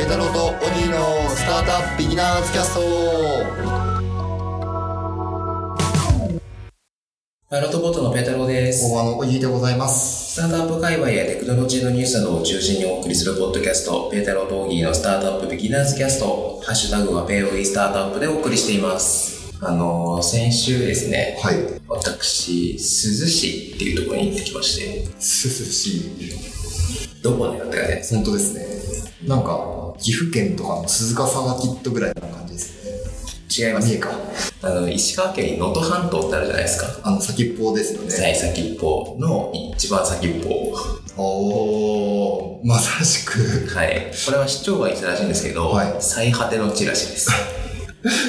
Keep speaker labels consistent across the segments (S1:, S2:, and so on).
S1: イ太郎とオギーのスタートアップビギナーズキャスト
S2: ラロットボットのペータローです。
S1: 工場のオギーでございます。
S2: スタートアップ界隈やテクノロジーのニュースなどを中心にお送りするポッドキャスト、ペータローとオギーのスタートアップビギナーズキャスト、ハッシュタグはペイオギスタートアップでお送りしています。あのー、先週ですね、
S1: はい。
S2: 私、鈴市っていうところに行ってきまして、
S1: 涼しい。
S2: どこにあったかね、
S1: 本当ですね。なんか、岐阜県とかの鈴鹿サーキットぐらいな感じですね。
S2: 違います
S1: 三重か。
S2: あの、石川県に能登半島ってあるじゃないですか。
S1: あの、先っぽですよね。
S2: 最先っぽの一番先っぽ。
S1: おー、まさしく、
S2: はい。これは市長が言ってたらしいんですけど、
S1: はい
S2: 最果ての地らしいです。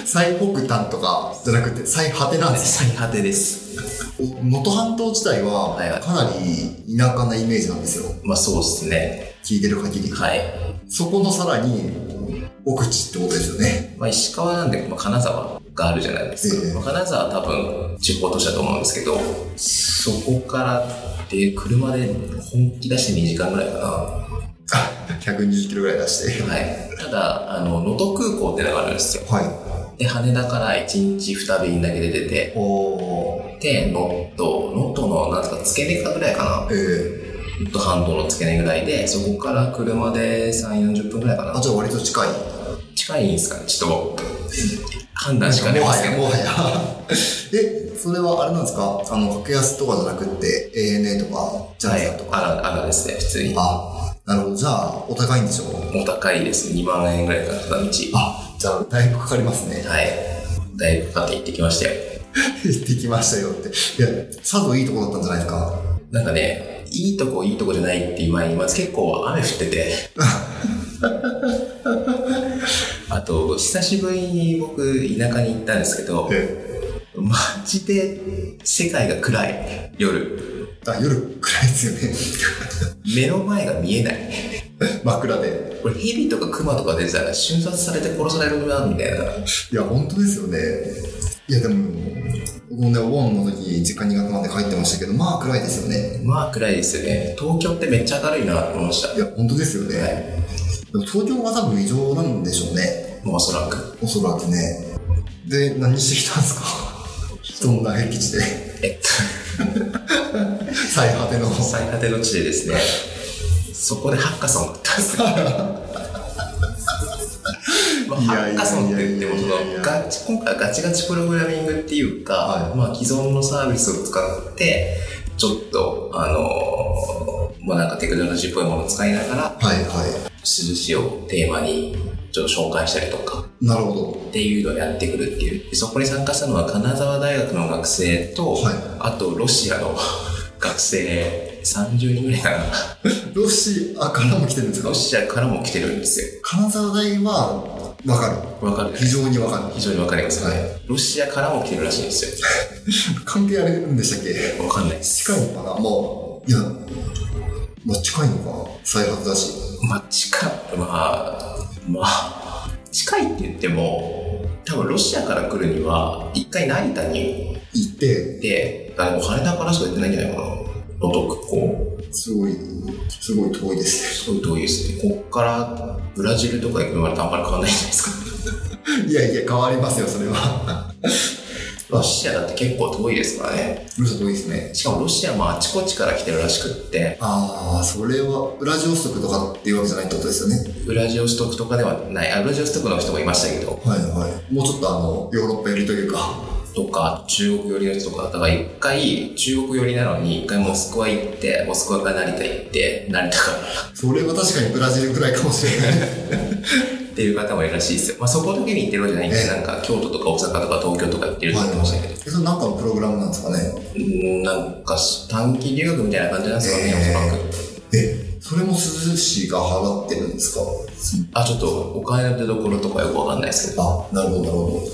S1: 最北端とかじゃなくて最果てなんです。
S2: 最果てです。
S1: お能登半島自体は
S2: はいはい、
S1: かなり田舎なイメージなんですよ。
S2: まあそうですね。
S1: 聞いてる限り。
S2: はい。
S1: そこのさらに、奥地ってことですよね。
S2: まあ石川なんで、まあ、金沢があるじゃないですか。
S1: ええ
S2: まあ金沢は多分地方都市だと思うんですけど、そこからで車で本気出して2時間ぐらいかな。
S1: 120キロぐらい出して。
S2: はい。ただ、あの、能登空港ってのがあるんですよ。
S1: は
S2: で、羽田から1日2便だけで出て
S1: い。、おー。
S2: で、能登、能登のなんとか付け根かぐらいかな。
S1: えー、
S2: ちょっと半島の付け根ぐらいで、そこから車で3、40分ぐらいか
S1: あ、
S2: な。
S1: じゃあ割と近い。
S2: 近いんですかね、ちょっと。判断しかね
S1: も
S2: ま
S1: は
S2: すけ
S1: や、
S2: ど。
S1: もはや。 え、それはあれなんですかあの、格安とかじゃなくって、ANA とか、ジャ
S2: は
S1: イ
S2: い
S1: アンと、か。
S2: あら、あらですね、普通に。
S1: あ、なるほど。じゃあ、お高いんでしょう
S2: お高いです。2万円ぐらいかな、片道。
S1: あ、じゃあ、だいぶかかりますね。
S2: はい。だいぶ買って行ってきましたよ。
S1: 行ってきましたよって。いや、さぞいいとこだったんじゃないですか。
S2: なんかね、いいとこ、いいとこじゃないっていう前に、まず結構雨降って て。あと、久しぶりに僕、田舎に行ったんですけど、
S1: え
S2: マジで世界が暗い。夜。
S1: あ、夜暗いですよ
S2: 目の前が見えない。
S1: ね。真っ暗で。
S2: これ蛇とか熊とか出てたら瞬殺されて殺されるのなんだよな。はい
S1: や、本当ですよね。いや、でも、僕もね、お盆の時、実家新潟まで帰ってましたけど、まあ暗いですよね。
S2: いまあ暗いですよね。東京ってめっちゃ明るいなと思いました。
S1: いや、本当ですよね。
S2: はい。
S1: でも東京が多分異常なんでしょうね。
S2: もうおそらく。
S1: おそらくね。で、何してきたんですかそんな僻地で。
S2: えっ
S1: 最果ての。
S2: と、最果ての地でですね、そこでハッカソンだったん ですよ。まあ、
S1: い
S2: ハ
S1: やいやいやいや
S2: ッカソンって言ってもそのガチ今回はガチガチプログラミングっていうか、
S1: はい
S2: まあ、既存のサービスを使ってちょっとあのーまあなんかテクノロジーっぽいものを使いながら
S1: はいは
S2: 印をテーマにちょっと紹介したりとか
S1: い。なるほ
S2: っていうのをやってくるっていうでそこに参加したのは金沢大学の学生と、
S1: はい
S2: あとロシアの 学生30人ぐらいかな
S1: ど。ロシアからも来てるんですか
S2: ロシアからも来てるんですよ
S1: 金沢大は、わかる。
S2: わかる
S1: 非常にわかる。
S2: 非常にわかりますよね、
S1: は
S2: ロシアからも来てるらしいんです
S1: 関係あるんでしたっけ
S2: よわかんないです
S1: 近いのかなもう、いや、まあ近いのかな最果てだし。
S2: まあ近いまあまあ近いって言っても多分ロシアから来るには一回成田に
S1: 行って、
S2: であの羽田からしか行ってないんじゃないかな能登空港
S1: すごい、すごい遠いですね。
S2: すごい遠いですね。こっからブラジルとか行くまでとあんまり変わらないじゃないですか。
S1: いやいや、変わりますよ、それ は。
S2: ロシアだって結構遠いですからね。
S1: ロシア遠いですね。
S2: しかもロシアもあちこちから来てるらしくって、
S1: ああ、それは、ウラジオストクとかっていうわけじゃないってことですよね。
S2: ウラジオストクとかではない、あウラジオストクの人もいましたけど、
S1: はいはい。もうちょっとあの、ヨーロッパ寄りというか。
S2: とか中国寄りの人とか、だから一回中国寄りなのに、一回モスクワ行って、モスクワから成田行って、成田から
S1: それは確かにブラジルぐらいかもし れない。
S2: っていう方もいるらしいですよ。まあそこだけに行ってるわけじゃないんで、
S1: ええ
S2: なんか京都とか大阪とか東京とか行ってるって言ってましたけど、
S1: えそれなんかのプログラムなんですかね。
S2: うーん、なんか短期留学みたいな感じなんですかね、おそらく。
S1: え、それも鈴市が払ってるんですか
S2: あ、ちょっとお金の出どころとかよくわかんないですけど。
S1: あ、なるほど、なるほど。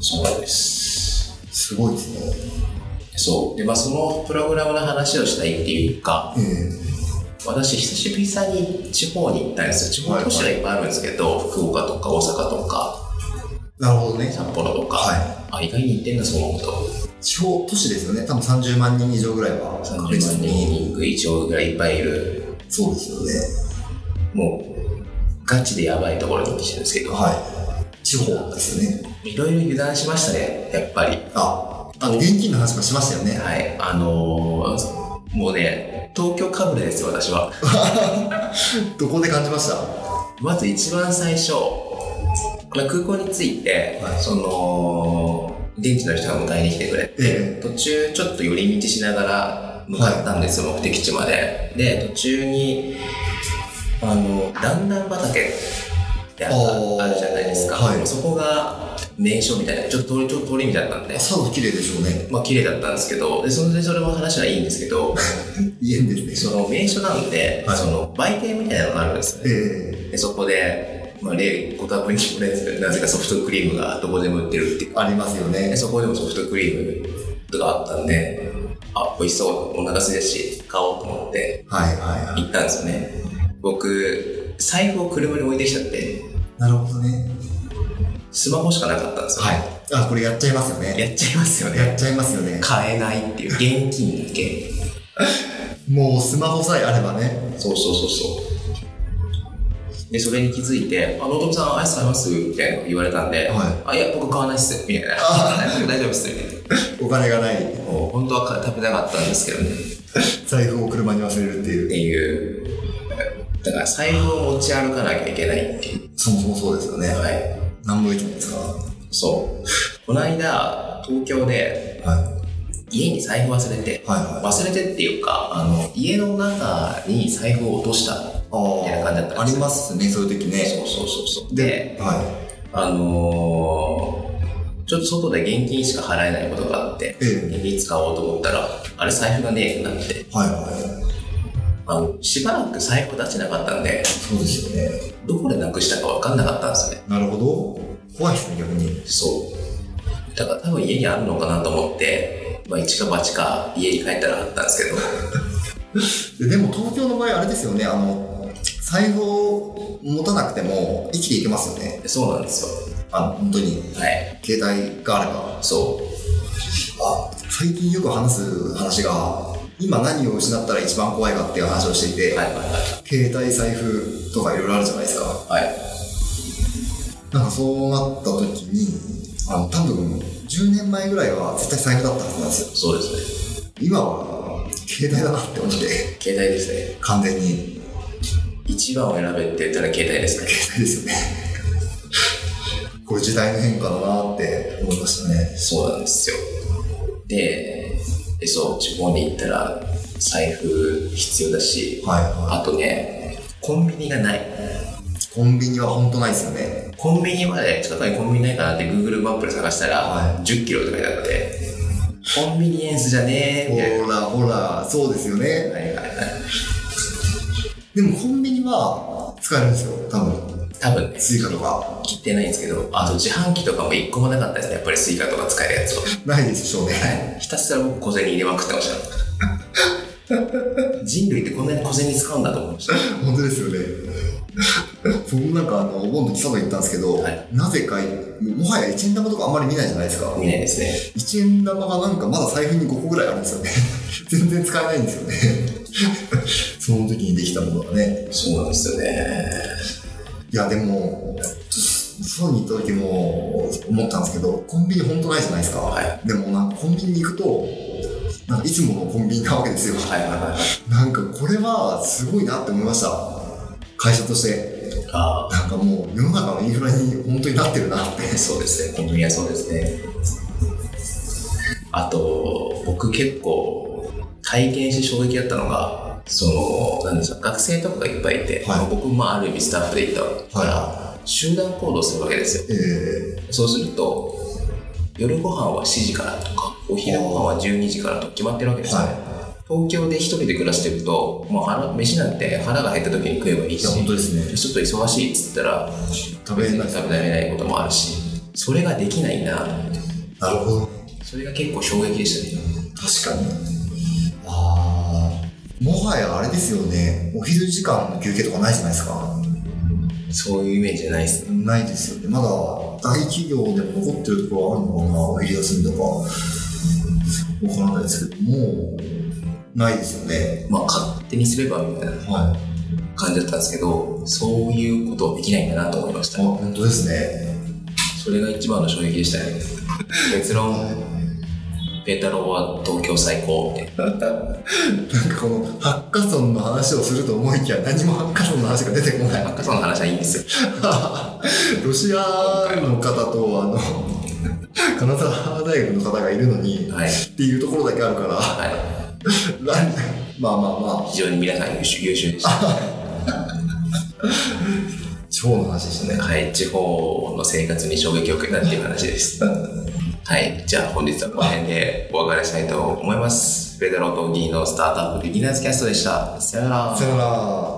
S2: そうなんです。
S1: すごいですね。
S2: そう。で、まあそのプログラムの話をしたいっていうか、
S1: え
S2: 私久しぶりに地方に行ったんですよ。地方都市がいっぱいあるんですけど、福岡とか大阪とか、
S1: えなるほどね。
S2: 札幌とか、
S1: は
S2: あ、意外に行ってんだ、そう思うと。
S1: 地方都市ですよね。多分30万人以上ぐらいは。
S2: 30万人以上ぐらいいっぱいいる。
S1: そうですよね。
S2: もう、ガチでやばいところに行ってきたんですけど、
S1: はい。地方ですよね。
S2: いろいろ油断しましたね、やっぱり。
S1: あ、あの、現金の話もしましたよね。
S2: はい、あのーもうね、東京かぶれですよ、私は。
S1: どこで感じましたは
S2: まず一番最初、まあ、空港に着いて、
S1: はい
S2: その、現地の人が迎えに来てくれて、
S1: え
S2: 途中ちょっと寄り道しながら向かったんですよ、目的地まで。で、途中に、あの、段々畑ってあ
S1: おー
S2: あるじゃないですか。
S1: はい
S2: そこが名所みたいな、ちょっと通り、ちょっと通りみたいだったんで
S1: い。、朝の綺麗でしょうね。
S2: まあ綺麗だったんですけど、で、それでそれも話はいいんですけど、
S1: 言えんですね。
S2: その名所なんで、
S1: はい
S2: その売店みたいなのがあるんですよね。
S1: え
S2: でそこで、まあ、例ご多分にもねなぜかソフトクリームがどこでも売ってるっていう
S1: えありますよ
S2: で
S1: ね。
S2: そこでもソフトクリームとかあったんであ美味しそうお腹空いたし買おうと思って
S1: はいはいは
S2: 行ったんですよね僕財布を車に置いてきちゃって
S1: い。なるほどね。
S2: スマホしかなかったんですよ、
S1: はい。あ、これやっちゃいますよね。
S2: やっちゃいますよね
S1: やっちゃいますよね。
S2: 買えないっていう現金だけ
S1: もうスマホさえあればね。
S2: そうそうそうそうでそれに気づいて「あのとみさんアイス買います?」みたいなの言われたんで「
S1: は
S2: あ
S1: い
S2: いや僕買わないっす」みたいな「 大丈夫っす」みたいな
S1: お金がない
S2: もう本当はか食べたかったんですけどねっ
S1: 財布を車に忘れるっていう。
S2: ていうだから財布を持ち歩かなきゃいけないっていう
S1: そもそもそうですよね。
S2: はい
S1: 何もできないですから。
S2: そうこの間東京で
S1: はい。
S2: 家に財布忘れて
S1: はいはい。
S2: 忘れてっていうかあの家の中に財布を落としたみたいな感じだったん
S1: あ
S2: です
S1: り
S2: よ
S1: ますね、そういう時ね。
S2: そうそうそうそうで
S1: で、は
S2: あのーちょっと外で現金しか払えないことがあって
S1: い。ええ。
S2: 現金使おうと思ったらあれ財布がねえってなって
S1: はいはい。
S2: あのしばらく財布出してなかったんで
S1: そうですよね。
S2: どこでなくしたか分かんなかったんですね。
S1: なるほど。怖いですね、逆に。
S2: そう。だから多分家にあるのかなと思って、まあ一か八か家に帰ったらあったんですけど、
S1: ででも東京の場合、あれですよね、あの、財布を持たなくても生きていけますよね。
S2: そうなんですよ。
S1: あの、本当に。
S2: はい。
S1: 携帯があれば。
S2: そう。
S1: あ最近よく話す話が、今何を失ったら一番怖いかっていう話をしていて、
S2: はいはいは
S1: 携帯、財布とかいろいろあるじゃないですか。
S2: い。はい。
S1: なんかそうなった時に、あの、多分、10年前ぐらいは絶対財布だったはずなんですよ。
S2: そうですね。
S1: 今は、携帯だなって思って、
S2: 携帯ですね。
S1: 完全に。
S2: 一番を選べって言ったら携帯ですね。
S1: 携帯ですよね。これ時代の変化だなって思いましたね。
S2: そうなんですよ。で、えそう、地方に行ったら財布必要だし、
S1: はいは
S2: あとね、コンビニがない。
S1: い。コンビニは本当ないですよね。
S2: コンビニまで近くにコンビニないかなって Google マップで探したら、
S1: は
S2: 10キロとかになってコンビニエンスじゃねえみたいな
S1: ほらほら、そうですよね。
S2: はいはいはい
S1: でもコンビニは使えるんですよ、多分。
S2: 多分ね
S1: スイカとか。
S2: 切ってないんですけどあと自販機とかも1個もなかったですねやっぱりスイカとか使えるやつは
S1: ないでしょうね。
S2: はいひたすら僕小銭入れまくってました人類ってこんなに小銭使うんだと思いました
S1: 本当ですよね。そのなんかあの、お盆の基礎で行ったんですけど、
S2: はい
S1: なぜか、もはや一円玉とかあんまり見ないじゃないですか。
S2: 見ないですね
S1: 一円玉がなんかまだ財布に5個ぐらいあるんですよね。 全然使えないんですよね。その時にできたものがね。
S2: そうなんですよね
S1: いや、でも、そうに行った時も思ったんですけど、コンビニ本当ないじゃないですか。
S2: は
S1: でもなんかコンビニに行くと、なんかいつものコンビニなわけですよ。
S2: はいはいはいはい
S1: なんかこれはすごいなって思いました。会社として。
S2: あ
S1: なんかもう世の中のインフラに本当になってるなって。
S2: あそうですねコンビニはそうですねあと僕結構体験して衝撃だったのがそのなんですか学生とかがいっぱいいて、
S1: はい
S2: 僕もある意味スタッフでいたから、集団行動するわけですよ
S1: え
S2: そうすると夜ご飯は7時からとかお昼ご飯は12時からとか決まってるわけで
S1: ー
S2: すよ、
S1: は
S2: 東京で一人で暮らしてるともう腹飯なんて腹が減った時に食えばいい
S1: い。い
S2: し
S1: や、本当ですね。
S2: ちょっと忙しいっつったら
S1: 食べれない。
S2: 食べられないこともあるしそれができないな
S1: なるほど。
S2: それが結構衝撃でしたね
S1: 確かに。ああ。もはやあれですよね。お昼時間の休憩とかないじゃないですか。
S2: そういうイメージじゃないですね
S1: ないですよね。まだ大企業でも残ってるところあるのかな、お昼休みとか。わからないですけど、もう、ないですよね。
S2: まあ勝手にすればみたいな
S1: は
S2: 感じだったんですけど、そういうことできないんだなと思いまし
S1: あ
S2: た。
S1: 本当ですね。
S2: それが一番の衝撃でしたね。結論、ペータローは東京最高みたいな。
S1: なんかこのハッカソンの話をすると思いきや何もハッカソンの話が出てこない。
S2: ハッカソンの話はいいんですよ。
S1: ロシアの方とあの 金沢大学の方がいるのに
S2: はい。
S1: っていうところだけあるから
S2: は
S1: ランまあまあま
S2: い。非常に皆さん優秀優秀でした。
S1: あ地方の話でしたね。
S2: はい。地方の生活に衝撃を受けたっていう話です。はい。じゃあ本日はこの辺でお別れしたいと思います。ペータローとギーのスタートアップビギナーズキャストでした。さよなら。
S1: さよなら。